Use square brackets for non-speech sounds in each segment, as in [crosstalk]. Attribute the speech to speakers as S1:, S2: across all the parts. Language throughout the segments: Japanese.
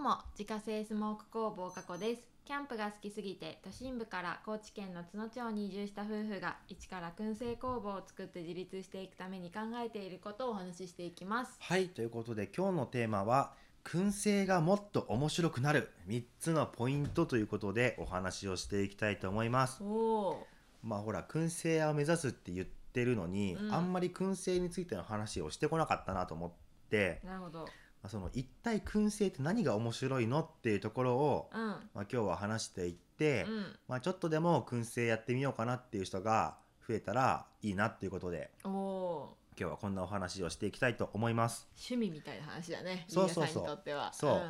S1: も自家製スモーク工房加古ですキャンプが好きすぎて都心部から高知県の津野町に移住した夫婦が一から燻製工房を作って自立していくために考えていることをお話ししていきます
S2: はいということで今日のテーマは燻製がもっと面白くなる3つのポイントということでお話をしていきたいと思います
S1: おお
S2: まあほら燻製屋を目指すって言ってるのに、
S1: うん
S2: あんまり燻製についての話をしてこなかったなと思って
S1: なるほど
S2: まあその一体燻製って何が面白いのっていうところを、
S1: うん
S2: まあ、今日は話していって、
S1: う
S2: まあ、ちょっとでも燻製やってみようかなっていう人が増えたらいいなっていうことで
S1: んおお
S2: 今日はこんなお話をしていきたいと思います。
S1: 趣味みたいな話だね
S2: そうそうそ
S1: 皆さ
S2: う
S1: んにとっては
S2: そう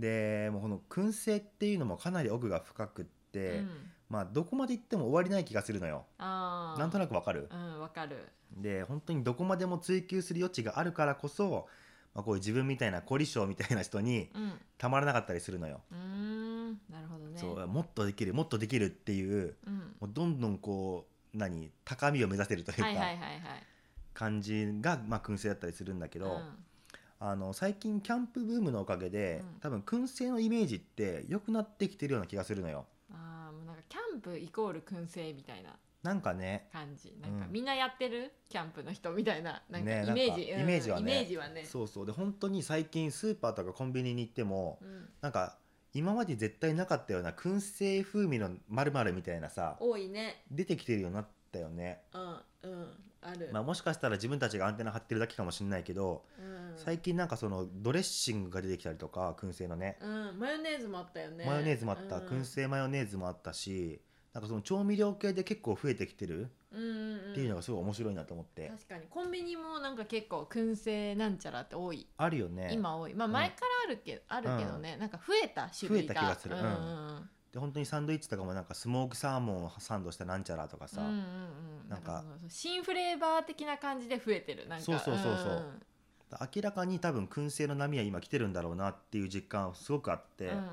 S2: でもうこの燻製っていうのもかなり奥が深くっ
S1: う
S2: て、
S1: ん
S2: まあどこまで行っても終わりない気がするのよ。
S1: あ
S2: なんと
S1: な
S2: なくわかる、
S1: うんわかる
S2: で本当にどこまでも追求する余地があるからこそ、まあ、こういう自分みたいな凝り性みたいな人に
S1: うん
S2: たまらなかったりするのよ。
S1: うーんなるほどね
S2: そうもっとできるもっとできるっていう
S1: うん
S2: もうどんどんこう何高みを目指せるという
S1: はいはいはい
S2: か
S1: はい
S2: 感じが、まあ、燻製だったりするんだけ
S1: う
S2: ど、
S1: ん
S2: あの最近キャンプブームのおかげで、
S1: うん
S2: 多分燻製のイメージって良くなってきてるような気がするのよ。
S1: ああもうなんかキャンプイコール燻製みたいな
S2: なんかね
S1: 感じなんか
S2: うん
S1: みんなやってる、キャンプの人みたいななんかイ
S2: ね
S1: メー
S2: なん
S1: ジ、
S2: か
S1: うん
S2: イメージはね
S1: イメージはね
S2: そうそうで本当に最近スーパーとかコンビニに行っても
S1: うん、
S2: なんか今まで絶対なかったような燻製風味のまるみたいなさ
S1: 多いね
S2: 出てきてるようになったよね、
S1: うんうんある、
S2: まあ、もしかしたら自分たちがアンテナ張ってるだけかもしれないけど、
S1: うん、
S2: 最近なんかそのドレッシングが出てきたりとか燻製のね
S1: うん、マヨネーズもあったよね
S2: マヨネーズもあった、
S1: うん、
S2: 燻製マヨネーズもあったしなんかその調味料系で結構増えてきてる
S1: うんうんうん
S2: っていうのがすごい面白いなと思って、
S1: 確かにコンビニもなんか結構燻製なんちゃらって多い、
S2: あるよね
S1: 今多いまあ
S2: うん
S1: 前からあるけ,、あるけどねなんか増えた種類が
S2: 増えた気がする
S1: う
S2: うんん
S1: うんうん
S2: で本当にサンドイッチとかもなんかスモークサーモンをサンドしたなんちゃらとかさ、
S1: うんうんうん、
S2: なんか
S1: その新フレーバー的な感じで増えてるなんか
S2: そうそうそうそうん明らかに多分燻製の波は今来てるんだろうなっていう実感はすごくあって、
S1: うんうん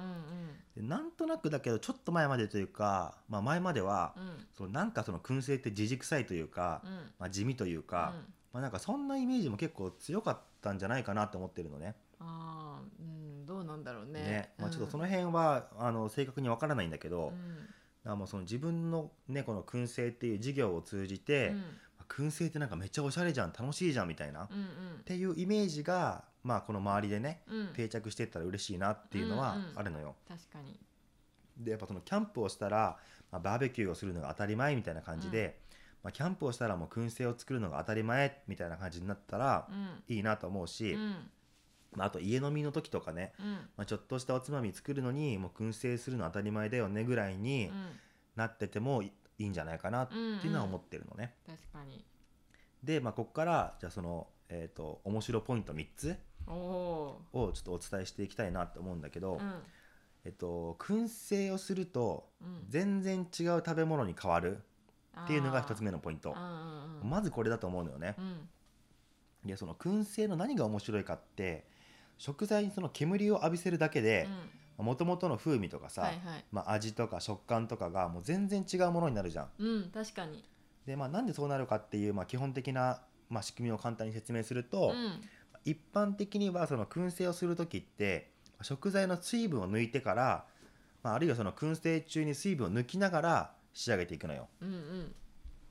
S2: でなんとなくだけどちょっと前までというか、まあ、前までは、
S1: うんうん
S2: そのなんかその燻製って自軸臭いというか、
S1: うん
S2: まあ、地味というか、
S1: うん
S2: まあ、なんかそんなイメージも結構強かったんじゃないかなと思ってるのね
S1: あーうんどうなんだろうね
S2: ねまあ、ちょっとそ
S1: の
S2: の辺は、あの正確にわからないんだけど、
S1: う
S2: だか
S1: ん
S2: らもうその自分の、ね、この燻製っていう事業を通じて、
S1: うん
S2: まあ燻製ってなんかめっちゃおしゃれじゃん楽しいじゃんみたいな、っ
S1: うん
S2: ていうイメージが、まあ、この周りでね
S1: うんうん
S2: 定着してったら嬉しいなっていうのは
S1: うんうん
S2: あるのよ。
S1: 確かに
S2: でやっぱそのキャンプをしたら、まあ、バーベキューをするのが当たり前みたいな感じで、まあ、キャンプをしたらもう燻製を作るのが当たり前みたいな感じになったら
S1: うん
S2: いいなと思う
S1: う
S2: し、
S1: ん
S2: まあ、あと家飲みの時とかね、
S1: うん
S2: まあ、ちょっとしたおつまみ作るのにもう燻製するの当たり前だよねぐらいに
S1: うん
S2: なっててもいいいんじゃないかなっていうのは思ってるのね。
S1: 確かに
S2: で、まあ、ここからじゃあその、えー、と面白ポイント3つ
S1: おお
S2: をちょっとお伝えしていきたいなと思うんだけど、
S1: ーうん
S2: えっと、燻製をすると
S1: うん
S2: 全然違う食べ物に変わる。っていうのが
S1: あー
S2: 一つ目のポイント
S1: うんうんうん
S2: まずこれだと思うのよね
S1: う、ん
S2: でその燻製の何が面白いかって食材にその煙を浴びせるだけ
S1: う
S2: で
S1: ん
S2: もともとの風味とかさ、
S1: はいはい
S2: まあ、味とか食感とかがもう全然違うものになるじゃん
S1: うん確かに
S2: で、まあ、なんでそうなるかっていう、まあ、基本的な、まあ、仕組みを簡単に説明する
S1: う
S2: と、
S1: ん
S2: 一般的にはその燻製をする時って食材の水分を抜いてから、まあ、あるいはその燻製中に水分を抜きながら仕上げていくのよ
S1: うんうん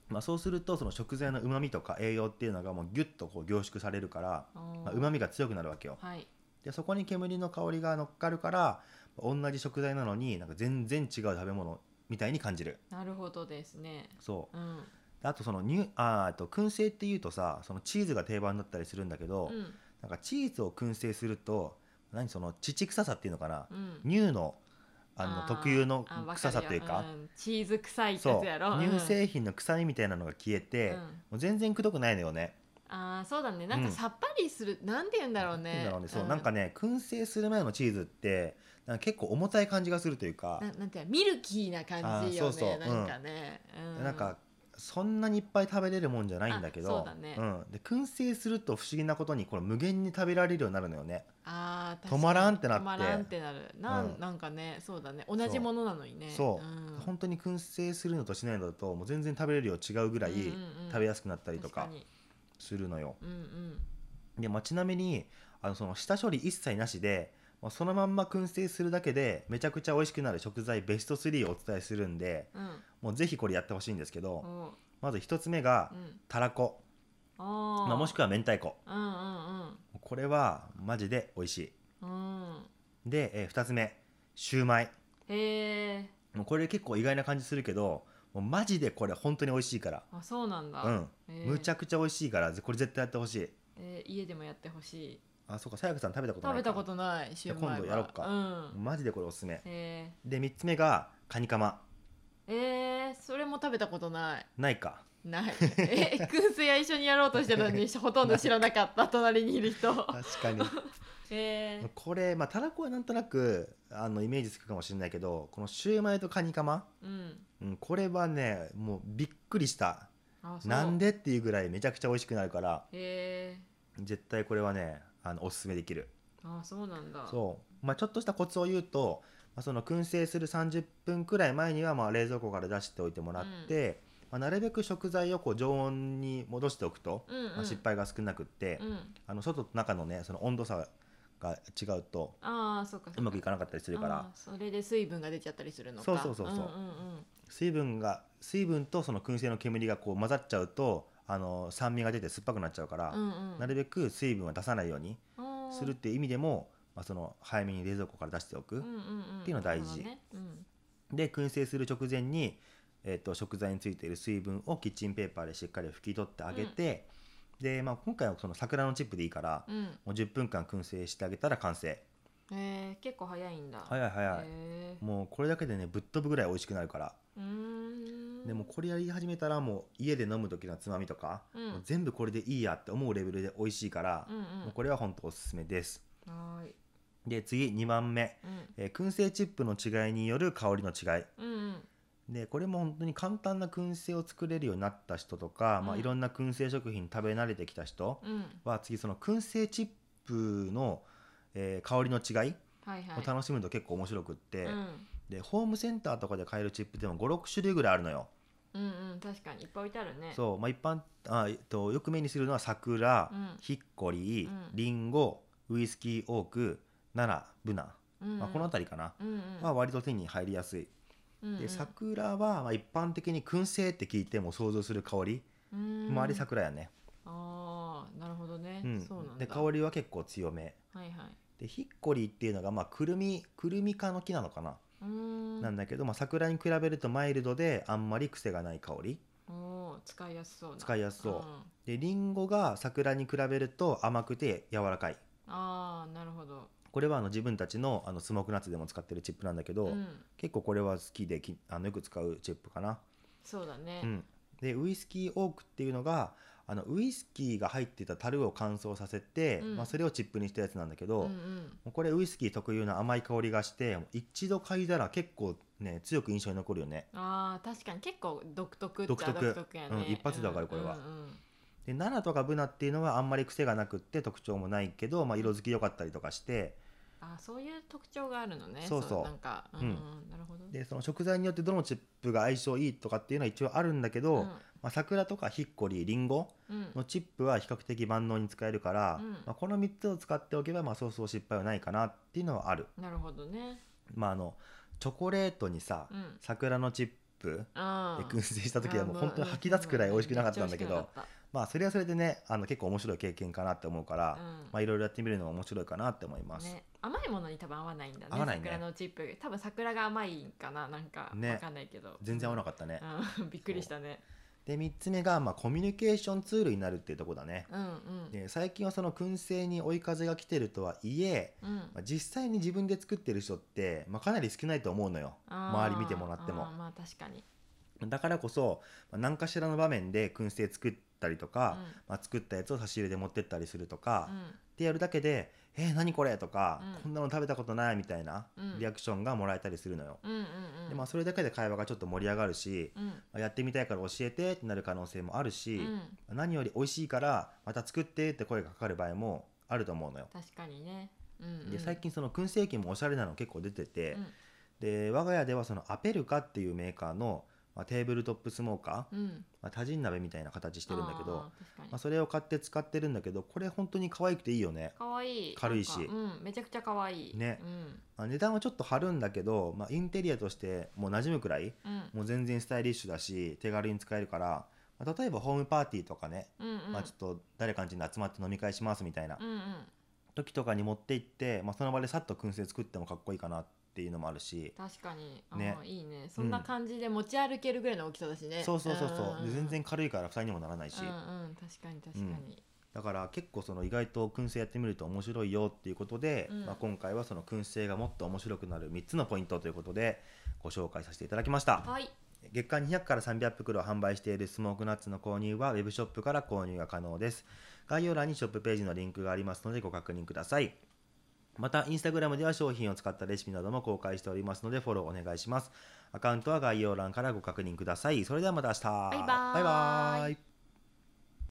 S2: まあ、そうするとその食材のうまみとか栄養っていうのがもうギュッとこう凝縮されるから
S1: おー
S2: うまみが強くなるわけよ
S1: はい
S2: でそこに煙の香りが乗っかるから同じ食材なのになんか全然違う食べ物みたいに感じる
S1: なるほどですね
S2: そう
S1: うん
S2: であとそのニュあーあと燻製っていうとさそのチーズが定番だったりするんだけど、
S1: うん
S2: なんかチーズを燻製すると何その乳臭さっていうのかな、
S1: うん
S2: 乳のあの
S1: ー
S2: 特有の
S1: あわる
S2: 臭さという
S1: よ
S2: か
S1: んチーズ臭いってや
S2: そ
S1: つやろ
S2: う乳製品の臭みみたいなのが消え
S1: うん
S2: て、
S1: う
S2: も
S1: ん
S2: う全然くどくないのよね
S1: あーそうだねなんか
S2: うん
S1: さっぱりする、なんて言うんだろう
S2: なん
S1: ね
S2: だろうねそう、なんかね燻製する前のチーズってなんか結構重たい感じがするというか
S1: ななんていうのミルキーな感じよね
S2: あーそうそう
S1: なんかね、う
S2: なんかそんなにいっぱい食べれるもんじゃないんだけど
S1: あそうだね
S2: ん、で燻製すると不思議なことにこれ無限に食べられるようになるのよね
S1: あー確か
S2: 止
S1: に
S2: まらんってなって
S1: 止まらんってなるなん,、
S2: うん
S1: なんかねそうだね同じものなのにね
S2: そう
S1: うん
S2: 本当に燻製するのとしないのだともう全然食べれる量違うぐらい
S1: うんうんうん
S2: 食べやすくなったりとか
S1: 確に
S2: するのよ、
S1: うんうん
S2: で、まあ、ちなみにあのその下処理一切なしでまあそのまんま燻製するだけでめちゃくちゃ美味しくなる食材ベスト3をお伝えするんで
S1: うん
S2: もうぜひこれやってほしいんですけど
S1: おう
S2: まず1つ目が
S1: うん
S2: たらこ、
S1: あー
S2: まあ、もしくは明太子
S1: うんうん
S2: これはマジで美味し
S1: うんうん
S2: いで、え2つ目シューマイ
S1: へえ
S2: もうこれ結構意外な感じするけどもうマジでこれ本当に美味しいから
S1: あそうなんだ、
S2: うん
S1: へー
S2: むちゃくちゃ美味しいからぜこれ絶対やってほしい
S1: えー家でもやってほしい
S2: あそうかさやかさん食べたことな
S1: 食べ
S2: い
S1: た
S2: か
S1: ことないシューマイは
S2: 今度やろっか
S1: うん
S2: マジでこれおすすめ
S1: え
S2: で3つ目がカニカマ
S1: ー、えー、それも食べたことない
S2: ないか
S1: ないえ燻製屋一緒にやろうとしてたの
S2: [laughs]
S1: にほとんど知らなかった隣にいる人
S2: 確かに
S1: [laughs] えー、
S2: これまあたらこはなんとなくあのイメージつくかもしれないけどこのシューマイとカニカマ、
S1: うん
S2: うん、これはねもうびっくりした
S1: あそう
S2: なんでっていうぐらいめちゃくちゃ美味しくなるから
S1: え
S2: 絶対これはねあのおすすめできる
S1: ー、あそうなんだ
S2: そう、まあ、ちょっとしたコツを言うと、まあ、その燻製する30分くらい前にはまあ冷蔵庫から出しておいてもらって、まあ、なるべく食材をこう常温に戻しておくと、
S1: うんうん、
S2: まあ、失敗が少なくって、
S1: うん
S2: あの外と中のねその温度差が違うと
S1: ああそうかそう
S2: うまくい
S1: か
S2: かなかったりするから
S1: あーそれで水分が出ちゃったりするのか
S2: そうそうそうそう
S1: うんうんうん、
S2: 水分が水分とその燻製の煙がこう混ざっちゃうとあの酸味が出て酸っぱくなっちゃうから、
S1: うんうん、
S2: なるべく水分は出さないようにするっていう意味でも、まあ、その早めに冷蔵庫から出しておく、
S1: って
S2: いうのは大事
S1: ねうん、
S2: で燻製する直前に、えー、と食材についている水分をキッチンペーパーでしっかり拭き取ってあげて、で、まあ、今回はその桜のチップでいいから、
S1: うん
S2: もう10分間燻製してあげたら完成
S1: えー、結構早いんだい
S2: 早い早い、
S1: え
S2: もうこれだけでねぶっ飛ぶぐらい美味しくなるから、
S1: ー、うーん
S2: でもこれやり始めたらもう家で飲む時のつまみとか、
S1: うん
S2: もう全部これでいいやって思うレベルで美味しいから、
S1: うんうん
S2: もうこれは本当おすすめです
S1: はーい
S2: で次2番目、
S1: うん
S2: えー燻製チップの違いによる香りの違い
S1: うんうん
S2: でこれも本当に簡単な燻製を作れるようになった人とか、ま
S1: う
S2: あ、
S1: ん
S2: いろんな燻製食品食べ慣れてきた人
S1: うん
S2: は次その燻製チップの、えー香りの違い
S1: はいはい
S2: を楽しむと結構面白くって、
S1: うん
S2: でホームセンターとかで買えるチップでも56種類ぐらいあるのよ。
S1: うんうん確かにいっぱい置いてあるねう
S2: そうまあ、一般あ、えっと、よく目にするのは桜、
S1: うん
S2: ヒッコリー
S1: うん
S2: リンゴウイスキーオーク奈良ブナ、
S1: うんうん、
S2: まあ、この辺りかな、
S1: うんうん
S2: は割と手に入りやすい
S1: うんうん
S2: で桜はまあ一般的に燻製って聞いても想像する香り、
S1: うーん
S2: まあ、あれ桜やね、
S1: あーなるほどね、
S2: うん
S1: そうなんだ
S2: で香りは結構強め
S1: はいはい
S2: でヒッコリーっていうのがまあくるみくるみ科の木なのかな、
S1: うーん
S2: なんだけど、まあ、桜に比べるとマイルドであんまり癖がない香り
S1: おー使いやすそうな
S2: 使いやすそう、
S1: ん
S2: でリンゴが桜に比べると甘くて柔らかい
S1: ああなるほど
S2: これはあの自分たちのあのスモークナッツでも使ってるチップなんだけど、
S1: うん、
S2: 結構これは好きできあのよく使うチップかな、
S1: そうだね、
S2: うん、でウイスキーオークっていうのがあのウイスキーが入ってた樽を乾燥させて、
S1: うん
S2: まあ、それをチップにしたやつなんだけど、
S1: うんう
S2: も
S1: ん
S2: うこれウイスキー特有の甘い香りがしてもう一度嗅いだら結構ね強く印象に残るよね
S1: あー確かに結構独特っちゃ
S2: 独特
S1: 独特やね、
S2: うん一発でわかるこれ
S1: う
S2: は
S1: んうん
S2: で奈良とかブナっていうのはあんまり癖がなくって特徴もないけど、まあ、色づき良かったりとかして
S1: あーそういう特徴があるのね
S2: そうそう
S1: なんか、うんうんなるほど
S2: でその食材によってどのチップが相性いいとかっていうのは一応あるんだけど、まあ、桜とかヒッコリーリンゴ
S1: うんうん
S2: のチップは比較的万能に使えるから、
S1: うん
S2: まあ、この3つを使っておけば、まあ、そうそう失敗はないかなっていうのはある、
S1: なるほどね
S2: まあ、あのチョコレートにさ、
S1: うん
S2: 桜のチップで
S1: あ
S2: 燻製した時はもう
S1: あー
S2: 本当に吐き出すくらい美味しくなかったんだけ
S1: めっ
S2: ど
S1: ちゃ美味しくなか
S2: まあそれはそれでねあの結構面白い経験かなって思うから、
S1: うん
S2: まあいろいろやってみるのが面白いかなって思いま
S1: った
S2: す、
S1: ね、甘いものに多分合わないんだね
S2: 合わないね
S1: 桜のチップ多分桜が甘いんかななんか
S2: ね
S1: わかんないけど
S2: 全然合わな
S1: か
S2: かったね、
S1: った、うん、びっ [laughs] くりしたね
S2: で3つ目が、まあ、コミュニケーションツールになるっていうところだね、
S1: うんうん
S2: で最近はその燻製に追い風が来てるとはいえ、
S1: うん
S2: まあ、実際に自分で作ってる人って、まあ、かなり少ないと思うのよ
S1: あー
S2: 周り見てもらっても
S1: あーまあ確かに、
S2: だからこそ、まあ、何かしらの場面で燻製作ったりとか、
S1: うん
S2: まあ、作ったやつを差し入れで持ってったりするとか、
S1: う
S2: っ
S1: ん
S2: てやるだけで「えー、何これ?」とか、
S1: うん
S2: こんなの食べたことない」みたいな
S1: うん
S2: リアクションがもらえたりするのよ。
S1: うんうんうん
S2: でまあ、それだけで会話がちょっと盛り上がるし、
S1: うん
S2: まあやってみたいから教えてってなる可能性もあるし、
S1: うん
S2: 何より美味しいからまた作ってって声がかかる場合もあると思うのよ。
S1: 確かにね、うんうん、
S2: で最近その燻製機もおしゃれなの結構出てて、
S1: うん
S2: で我が家ではそのアペルカっていうメーカーのまあ、テーブルトップスモーカー、
S1: うん
S2: まあ、多人鍋みたいな形してるんだけ
S1: あ
S2: ど
S1: ー確かに
S2: まあ、それを買って使ってるんだけどこれ本当に可愛くていいよね、
S1: 可愛い
S2: 軽いし
S1: なんかうん、めちゃくちゃ可愛い
S2: ね
S1: うん
S2: まあ、値段はちょっと張るんだけど、まあ、インテリアとしてもう馴染むくらい
S1: うん
S2: もう全然スタイリッシュだし手軽に使えるから、まあ、例えばホームパーティーとかね、
S1: うんうん
S2: まあ、ちょっと誰かんちに集まって飲み会しますみたいな
S1: うんうん
S2: 時とかに持って行って、まあ、その場でさっと燻製作ってもかっこいいかなっていうのもあるし、
S1: 確かにあー
S2: ね
S1: いいねそんな感じで持ち歩けるぐらいの大きさだしね
S2: そうそうそうそう、で全然
S1: い
S2: 軽いから負担にもならないし、
S1: うんうん確かに確かに
S2: だから結構その意外と燻製やってみると面白いよっていうことで、
S1: うん
S2: まあ、今回はその燻製がもっと面白くなる3つのポイントということでご紹介させていただきました
S1: はい
S2: 月間200から300袋を販売しているスモークナッツの購入はウェブショップから購入が可能です概要欄にショップページのリンクがありますのでご確認くださいまたインスタグラムでは商品を使ったレシピなども公開しておりますのでフォローお願いしますアカウントは概要欄からご確認くださいそれではまた明日バ
S1: バイバーイ
S2: バイバーイ